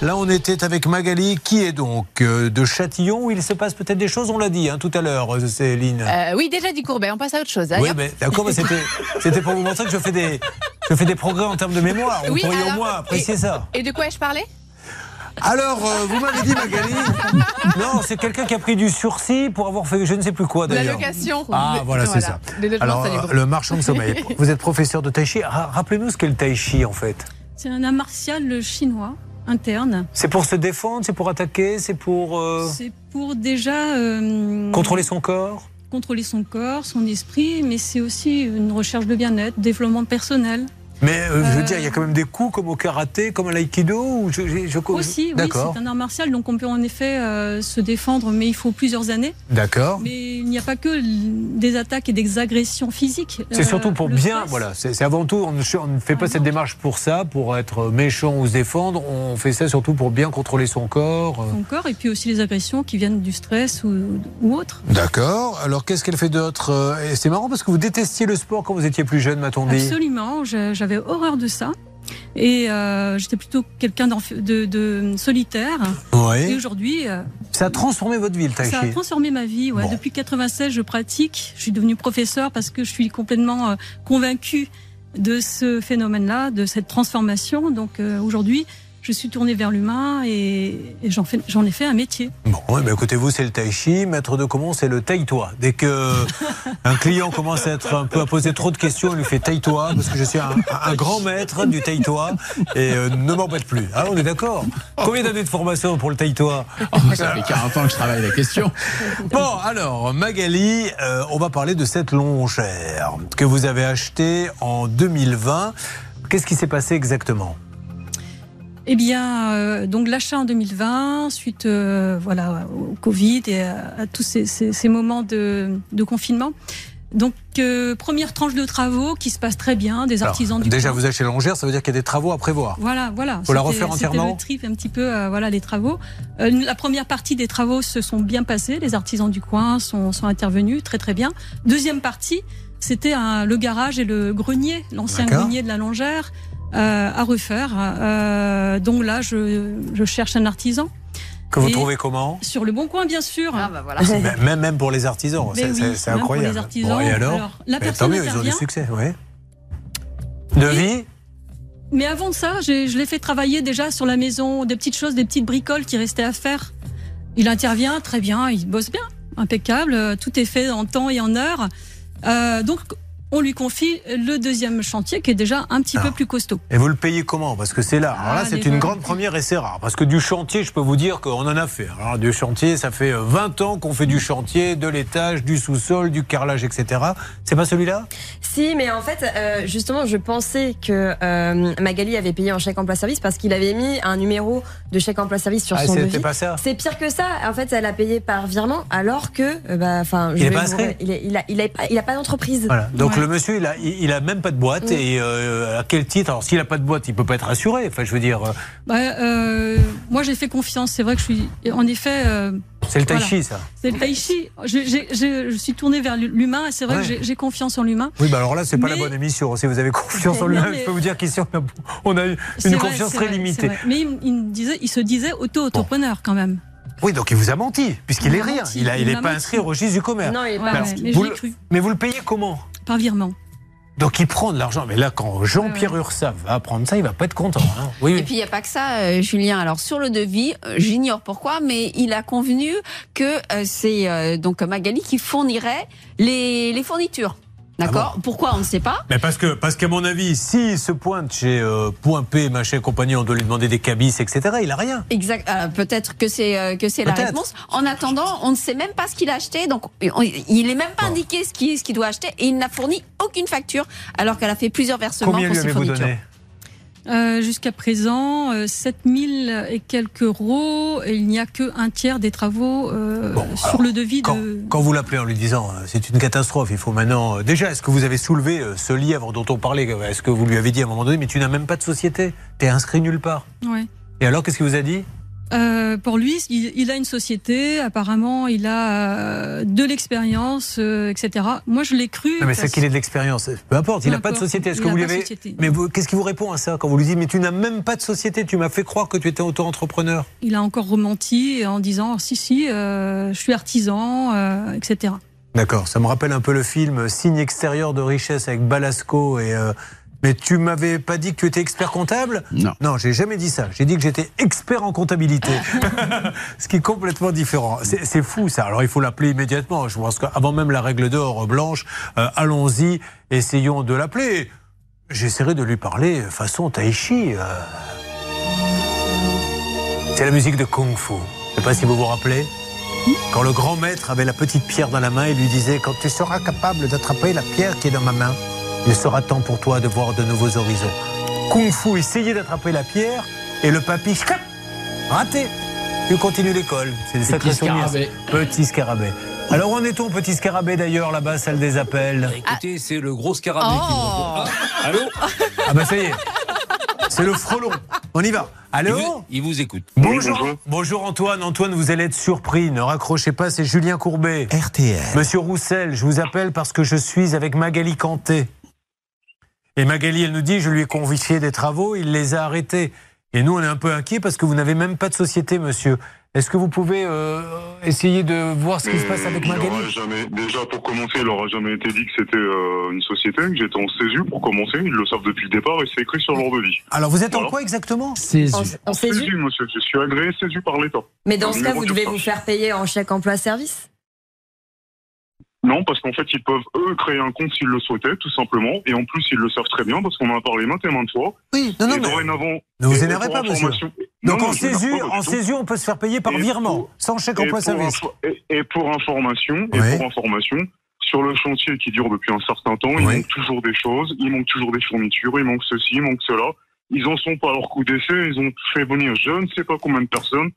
Là, on était avec Magali, qui est donc euh, de Châtillon, où il se passe peut-être des choses, on l'a dit hein, tout à l'heure, euh, Céline. Euh, oui, déjà du Courbet, on passe à autre chose. oui, Ailleurs- mais d'accord, mais c'était c'était pour vous montrer que je fais des, je fais des progrès en termes de mémoire. Vous Oui, pourriez alors- au moins apprécier et- ça. Et de quoi ai-je parlé Alors, euh, vous m'avez dit, Magali Non, c'est quelqu'un qui a pris du sursis pour avoir fait je ne sais plus quoi La d'ailleurs. location. Ah, voilà, c'est ça. Des logements Alors, salubres. euh, le marchand de sommeil. Vous êtes professeur de tai chi. Ra- Rappelez-nous ce qu'est le tai chi, en fait. C'est un art martial chinois interne. C'est pour se défendre, c'est pour attaquer, c'est pour euh, C'est pour déjà euh, contrôler son corps contrôler son corps, son esprit, mais c'est aussi une recherche de bien-être, développement personnel. Mais euh, je veux Euh, dire, il y a quand même des coups comme au karaté, comme à l'aïkido ou je, je- je- aussi, oui, D'accord, c'est un art martial, donc on peut en effet euh, se défendre, mais il faut plusieurs années. d'accord. Mais il n'y a pas que l- des attaques et des agressions physiques. C'est Euh, surtout pour le bien, stress, voilà. C'est c'est avant tout, on ne, on ne fait pas Ah, cette non. démarche pour ça, pour être méchant ou se défendre. On fait ça surtout pour bien contrôler son corps. euh. Son corps, et puis aussi les agressions qui viennent du stress ou, ou autre. D'accord. Alors, qu'est-ce qu'elle fait d'autre Euh, et C'est marrant parce que vous détestiez le sport quand vous étiez plus jeune, m'a-t-on dit. Absolument, je- j'avais horreur de ça. Et euh, j'étais plutôt quelqu'un d'enf- de- de solitaire. Et Oui. aujourd'hui, euh, Ça a transformé votre vie, le tai ça a chi. transformé ma vie. Ouais. Ah, Bon. Depuis 96, je pratique. Je suis devenue professeure parce que je suis complètement euh, convaincue de ce phénomène-là, de cette transformation. Donc euh, aujourd'hui, je suis tournée vers l'humain et, et j'en fais- j'en ai fait un métier. Bon, ouais, bah, écoutez, vous, c'est le tai chi. Maître de comment, c'est le taille-toi. Dès que euh, un client commence à être un peu à poser trop de questions, on lui fait taille-toi, parce que je suis un, un grand maître du taille-toi et euh, ne m'embête plus. Ah, on est d'accord. Combien d'années de formation pour le taille-toi Oh, ça fait 40 ans que je travaille la question. Bon, alors, Magali, euh, on va parler de cette longère que vous avez achetée en 2020. Qu'est-ce qui s'est passé exactement Eh bien, euh, donc l'achat en 2020, suite euh, voilà au Covid et à, à tous ces, ces- ces moments de, de confinement. Donc euh, première tranche de travaux qui se passe très bien, des Alors, artisans du Déjà, coin. vous achetez la longère, ça veut dire qu'il y a des travaux à prévoir. Voilà, voilà. Faut la C'était- refaire entièrement C'était le trip un petit peu, euh, voilà, les travaux. Euh, la première partie des travaux se sont bien passés. Les artisans du coin sont, sont intervenus très très bien. Deuxième partie, c'était un- le garage et le grenier, l'ancien D'accord. grenier de la longère, euh, à refaire. Euh, donc là, je, je cherche un artisan. Que vous Et- trouvez comment Sur le bon coin, bien sûr. Ah, bah voilà. Mais- même, même pour les artisans, Mais c'est- oui, c'est c'est même pour incroyable. les artisans. Bon, et alors, Alors, la Mais personne Tant mieux, ils ont du intervient. succès, oui. Devis Mais avant de ça, j'ai- je l'ai fait travailler déjà sur la maison, des petites choses, des petites bricoles qui restaient à faire. Il intervient très bien, il bosse bien, impeccable, euh, tout est fait en temps et en heure. Euh, donc, on lui confie le deuxième chantier qui est déjà un petit Ah. peu plus costaud. Et vous le payez comment Parce que c'est là. Alors là, Ah, c'est les une vins. grande première et c'est rare. Parce que du chantier, je peux vous dire qu'on en a fait. Alors, du chantier, ça fait euh, 20 ans qu'on fait du chantier, de l'étage, du sous-sol, du carrelage, etc. C'est pas celui-là Si, mais en fait, euh, justement, je pensais que euh, Magali avait payé un chèque emploi service parce qu'il avait mis un numéro de chèque emploi service sur Ah, son c'était devis. pas ça C'est pire que ça. En fait, elle a payé par virement, alors que, euh, bah, enfin, je Il est vais pas vous- inscrit il, est- il a, il a pas, il a pas d'entreprise. Voilà. Donc Ouais. le monsieur, il a, il il a même pas de boîte. Oui. Et euh, à quel titre Alors s'il a pas de boîte, il peut pas être assuré. Enfin, je veux dire, euh, Bah, euh, moi, j'ai fait confiance. C'est vrai que je suis, en effet, euh, c'est le tai Voilà. chi, ça. c'est le tai chi. Je, j'ai- j'ai- je suis tournée vers l'humain et c'est vrai Ouais. que j'ai- j'ai confiance en l'humain. Oui, bah alors là, c'est pas la Mais- bonne émission. Si vous avez confiance en Non, lui-même, mais- je peux vous dire qu'ici, on a, on a eu C'est une vrai, confiance c'est très vrai, limitée. c'est vrai. Mais il, me- il me disait, il se disait auto-entrepreneur quand même. Oui, donc il vous a menti, puisqu'il Il est m'a rien. menti, Il, a, il il est m'a pas menti. inscrit au registre du commerce. Non, il est Ouais, pas. Alors, ouais, mais vous je l'ai le- cru Mais vous le payez comment par virement. Donc il prend de l'argent. Mais là, quand Jean-Pierre Ouais, Ursa va prendre ça, il va pas être content. hein. Oui, Et oui. puis il n'y a pas que ça, euh, Julien. Alors sur le devis, euh, j'ignore pourquoi, mais il a convenu que euh, c'est euh, donc Magali qui fournirait les, les fournitures. D'accord Ah Pourquoi on ne sait pas Mais parce que, parce qu'à mon avis, si se pointe chez euh, Point P, machin, compagnie, on doit lui demander des cabis, etc. Il a rien. Exact. euh, Peut-être que c'est euh, que c'est la Peut-être. réponse. En attendant, on ne sait même pas ce qu'il a acheté. Donc on- il n'est même pas Bon. indiqué ce qu'il ce qu'il doit acheter et il n'a fourni aucune facture alors qu'elle a fait plusieurs versements Combien pour lui ses avez-vous fournitures. donné Euh, Jusqu'à présent, euh, 7000 et quelques euros. Et il n'y a que un tiers des travaux euh, Bon, sur alors, le devis quand, de. quand vous l'appelez en lui disant euh, c'est une catastrophe, il faut maintenant. euh, déjà, est-ce que vous avez soulevé euh, ce livre dont on parlait euh, Est-ce que vous lui avez dit à un moment donné mais tu n'as même pas de société T'es inscrit nulle part Ouais. Et alors, qu'est-ce qu'il vous a dit Euh, pour lui, il, il a une société, apparemment, il a euh, de l'expérience, euh, etc. Moi, je l'ai cru. Non, mais parce- c'est qu'il ait de l'expérience. Euh, Peu importe, il Peu n'a pas de importe. société. Est-ce Il que a vous pas lui de avez- société. Mais vous- qu'est-ce qui vous répond à ça quand vous lui dites Mais tu n'as même pas de société, tu m'as fait croire que tu étais auto-entrepreneur il a encore remonti en disant oh, si si, euh, je suis artisan, euh, etc. D'accord, ça me rappelle un peu le film euh, Signe extérieur de richesse avec Balasco et. euh, Mais tu m'avais pas dit que tu étais expert comptable Non. Non, j'ai jamais dit ça. J'ai dit que j'étais expert en comptabilité. Ce qui est complètement différent. C'est c'est fou ça. Alors il faut l'appeler immédiatement. Je pense qu'avant même la règle d'or blanche, euh, allons-y, essayons de l'appeler. J'essaierai de lui parler façon euh, Taichi. C'est la musique de Kung Fu. Je sais pas si vous vous rappelez. Quand le grand maître avait la petite pierre dans la main et lui disait Quand tu seras capable d'attraper la pierre qui est dans ma main, il sera temps pour toi de voir de nouveaux horizons. Kung Fu essayait d'attraper la pierre et le papy, scrap, raté. Tu continues l'école. C'est des sacrés souvenirs. scarabée. Petit scarabée. Alors, où en est-on, petit scarabée d'ailleurs, là-bas, salle des appels Ah, Écoutez, c'est le gros scarabée qui Oh. vous répond. Ah, Allô Ah bah ça y est, c'est le frelon. On y va. il Allô vous, il vous écoute. bonjour. bonjour. Antoine. Antoine, vous allez être surpris. Ne raccrochez pas, c'est Julien Courbet. RTL. Monsieur Roussel, je vous appelle parce que je suis avec Magali Canté. Et Magali, elle nous dit, je lui ai confié des travaux, il les a arrêtés. Et nous, on est un peu inquiets parce que vous n'avez même pas de société, monsieur. Est-ce que vous pouvez euh, essayer de voir ce qui se passe Mais avec il aura Magali jamais, déjà pour commencer, il aura jamais été dit que c'était euh, une société, que j'étais en CESU pour commencer, ils le savent depuis le départ et c'est écrit sur leur devis. Alors, vous êtes en Voilà. quoi exactement Césu. En, en CESU. CESU, monsieur, je suis agréé CESU par l'État. Mais dans ce cas, Numéro vous du devez poste. vous faire payer en chèque emploi service. Non, parce qu'en fait, ils peuvent, eux, créer un compte s'ils le souhaitaient, tout simplement, et en plus, ils le savent très bien parce qu'on en a parlé maintes et maintes fois. Oui, non, non, et mais dorénavant. ne vous et énervez pour pas, monsieur. information- Non, Donc non, en je m'énerve césure, pas, pas en du tout. césure, on peut se faire payer par Et virement, pour- sans chèque Et emploi pour service. info- et- et pour information, et Ouais. pour information, sur le chantier qui dure depuis un certain temps, il Ouais. manque toujours des choses, il manque toujours des fournitures, il manque ceci, il manque cela. Ils en sont pas à leur coup d'essai, ils ont fait venir je ne sais pas combien de personnes.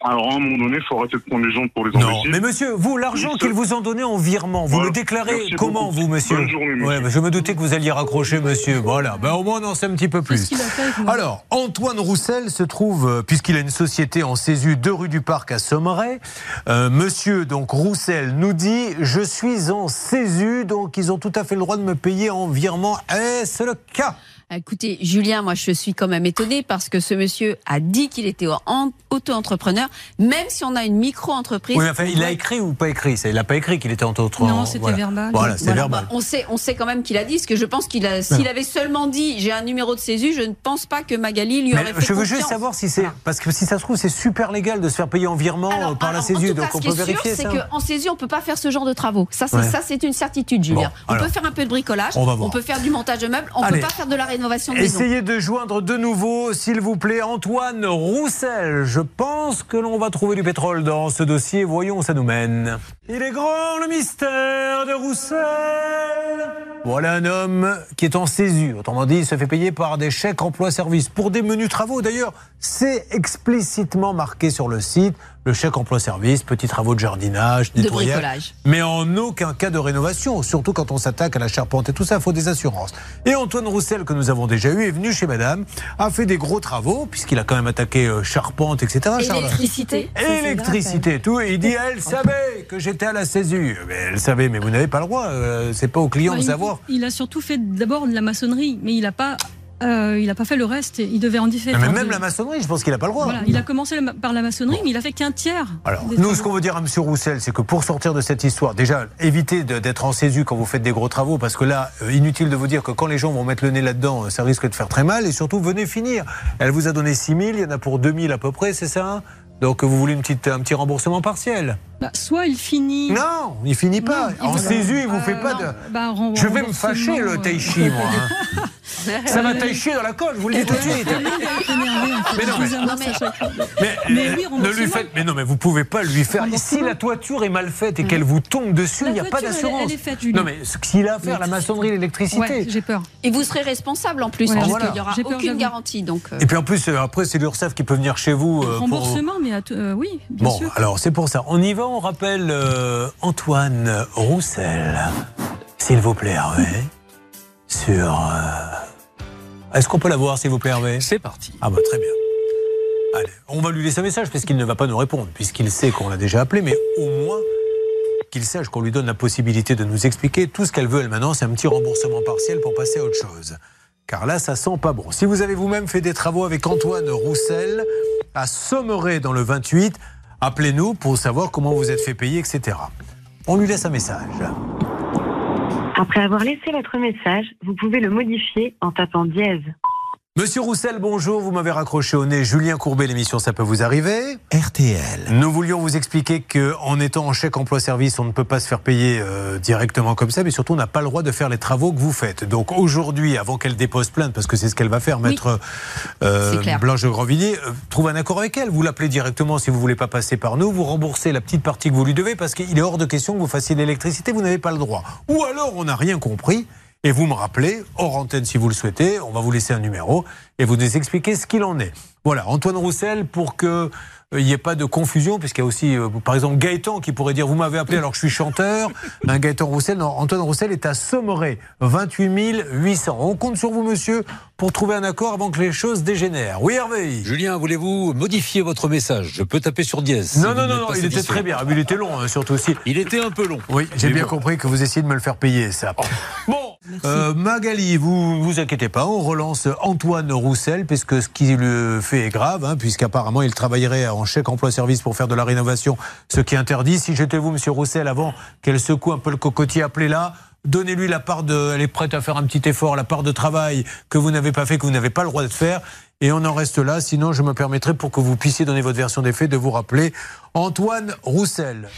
Alors à un moment donné, il faut arrêter de prendre les gens pour les Non, imbéciles. mais monsieur, vous, l'argent Juste- qu'ils vous ont donné en virement, vous Voilà. le déclarez Merci comment, beaucoup. vous, monsieur Bonne journée, monsieur. Ouais, bah, je me doutais que vous alliez raccrocher, monsieur. Voilà, ben, au moins on en sait un petit peu Qu'est-ce plus. Ah, qu'il a fait avec moi Alors, Antoine Roussel se trouve, euh, puisqu'il a une société en Césu, 2 rue du Parc à Sommeray. Euh, monsieur, donc, Roussel nous dit Je suis en Césu, donc ils ont tout à fait le droit de me payer en virement. Eh, c'est le cas Écoutez, Julien, moi je suis quand même étonnée parce que ce monsieur a dit qu'il était en- auto-entrepreneur, même si on a une micro-entreprise. Oui, mais enfin, il a écrit ou pas écrit ça, Il n'a pas écrit qu'il était en autre. Non, c'était voilà. verbal. Voilà, c'est Voilà, verbal. bah, on sait, on sait quand même qu'il a dit, parce que je pense qu'il a, s'il avait seulement dit j'ai un numéro de Césu, je ne pense pas que Magali lui Mais aurait fait je veux confiance. juste savoir si c'est. Voilà. Parce que si ça se trouve, c'est super légal de se faire payer en virement euh, par la en CESU, tout cas, donc ce on qui peut est sûr, vérifier ça. C'est qu'en Césu, on peut pas faire ce genre de travaux. Ça, c'est Ouais. ça, c'est une certitude, Julien. on alors. peut faire un peu de bricolage. On va voir. peut faire du montage de meubles. On Allez. peut pas faire de la rénovation de maison. Essayez de joindre de nouveau, s'il vous plaît, Antoine Roussel. Je pense que l'on va trouver du pétrole dans ce dossier. Voyons où ça nous mène. Il est grand le mystère de Roussel. Voilà un homme qui est en césu. Autrement dit, il se fait payer par des chèques emploi-service pour des menus travaux. D'ailleurs, c'est explicitement marqué sur le site. Le chèque emploi-service, petits travaux de jardinage, De nettoyage bricolage. mais en aucun cas de rénovation, surtout quand on s'attaque à la charpente et tout ça, il faut des assurances. Et Antoine Roussel, que nous avons déjà eu, est venu chez Madame, a fait des gros travaux, puisqu'il a quand même attaqué euh, charpente, etc. Charles- Électricité. Ça, c'est grave, Électricité et tout, et il dit elle savait que j'étais à la CESU. Mais elle savait, mais vous n'avez pas le droit, euh, c'est pas au client Bah, de il- savoir. Il, a surtout fait d'abord de la maçonnerie, mais il n'a pas, euh, il a pas fait le reste. Il devait en faire. Non, mais un même de- la maçonnerie, je pense qu'il n'a pas le droit. Voilà, il a commencé la ma- par la maçonnerie, mais il a fait qu'un tiers. Alors, des nous, ce qu'on travaux. veut dire à M. Roussel, c'est que pour sortir de cette histoire, déjà, évitez de- d'être en CESU quand vous faites des gros travaux, parce que là, euh, inutile de vous dire que quand les gens vont mettre le nez là-dedans, euh, ça risque de faire très mal, et surtout, venez finir. Elle vous a donné 6 000, il y en a pour 2 000 à peu près, c'est ça hein Donc, vous voulez une petite, un petit remboursement partiel Bah, soit il finit. Non, il finit pas. Non, il en vous- CESU, il vous Euh, fait pas non. de... Bah, ren- Je vais me remboursement, fâcher, euh, le Taichi, moi. hein. Ça va Taichi dans la colle, je vous le dis tout de suite. énervé, en fait. Mais non, mais- Je vous annonce à chaque fois. Mais, Mais oui, ne lui remboursement. faites, mais non, mais vous pouvez pas lui faire. Si Remboursement. la toiture est mal faite et qu'elle vous tombe dessus, La il n'y a pas toiture, elle- d'assurance. elle est faite, Julie. Non, mais Euh, ce qu'il a à faire, la maçonnerie, l'électricité. Ouais, j'ai peur. Et vous serez responsable en plus, Ouais, parce j'ai peur. qu'il n'y aura J'ai peur, aucune j'avoue. garantie. Donc, euh, et puis en plus, euh, après, c'est l'URSSAF qui peut venir chez vous. euh, pour... Remboursement, mais à tout- euh, oui, bien Bon, sûr. alors c'est pour ça. On y va, on rappelle euh, Antoine Roussel. S'il vous plaît, Hervé. Sur. euh, Est-ce qu'on peut la voir, s'il vous plaît, Hervé C'est parti. Ah, bah très bien. Allez, on va lui laisser un message puisqu'il ne va pas nous répondre, puisqu'il sait qu'on l'a déjà appelé, mais au moins qu'il sache qu'on lui donne la possibilité de nous expliquer tout ce qu'elle veut. Elle maintenant, c'est un petit remboursement partiel pour passer à autre chose. Car là, ça sent pas bon. Si vous avez vous-même fait des travaux avec Antoine Roussel à Sommeray dans le 28, appelez-nous pour savoir comment vous êtes fait payer, etc. On lui laisse un message. Après avoir laissé votre message, vous pouvez le modifier en tapant dièse. Monsieur Roussel, bonjour. Vous m'avez raccroché au nez. Julien Courbet, l'émission Ça peut vous arriver. RTL. Nous voulions vous expliquer qu'en étant en chèque emploi-service, on ne peut pas se faire payer euh, directement comme ça, mais surtout, on n'a pas le droit de faire les travaux que vous faites. Donc aujourd'hui, avant qu'elle dépose plainte, parce que c'est ce qu'elle va faire, maître euh, C'est clair. Blanche de Grandvilliers, euh, trouve un accord avec elle. Vous l'appelez directement si vous ne voulez pas passer par nous, vous remboursez la petite partie que vous lui devez, parce qu'il est hors de question que vous fassiez l'électricité, vous n'avez pas le droit. Ou alors, on n'a rien compris. Et vous me rappelez, hors antenne si vous le souhaitez, on va vous laisser un numéro et vous nous expliquer ce qu'il en est. Voilà, Antoine Roussel, pour que il n'y a pas de confusion, puisqu'il y a aussi, euh, par exemple, Gaëtan qui pourrait dire Vous m'avez appelé alors que je suis chanteur. Hein, Gaëtan Roussel, non, Antoine Roussel est à Sommeray, 28 800. On compte sur vous, monsieur, pour trouver un accord avant que les choses dégénèrent. Oui, Hervé Julien, voulez-vous modifier votre message Je peux taper sur dièse. si Non, vous non, n'êtes non, non, pas il était satisfait. très bien. Ah, mais Il était long, hein, surtout aussi. Il était un peu long. Oui, j'ai Mais bien bon. compris que vous essayez de me le faire payer, ça. Bon, euh, Magali, vous vous inquiétez pas, on relance Antoine Roussel, puisque ce qu'il le fait est grave, hein, puisqu'apparemment il travaillerait en chèque emploi-service pour faire de la rénovation, ce qui est interdit. Si j'étais vous, monsieur Roussel, avant qu'elle secoue un peu le cocotier, appelez-la. Donnez-lui la part de. Elle est prête à faire un petit effort, la part de travail que vous n'avez pas fait, que vous n'avez pas le droit de faire. Et on en reste là. Sinon, je me permettrai, pour que vous puissiez donner votre version des faits, de vous rappeler Antoine Roussel.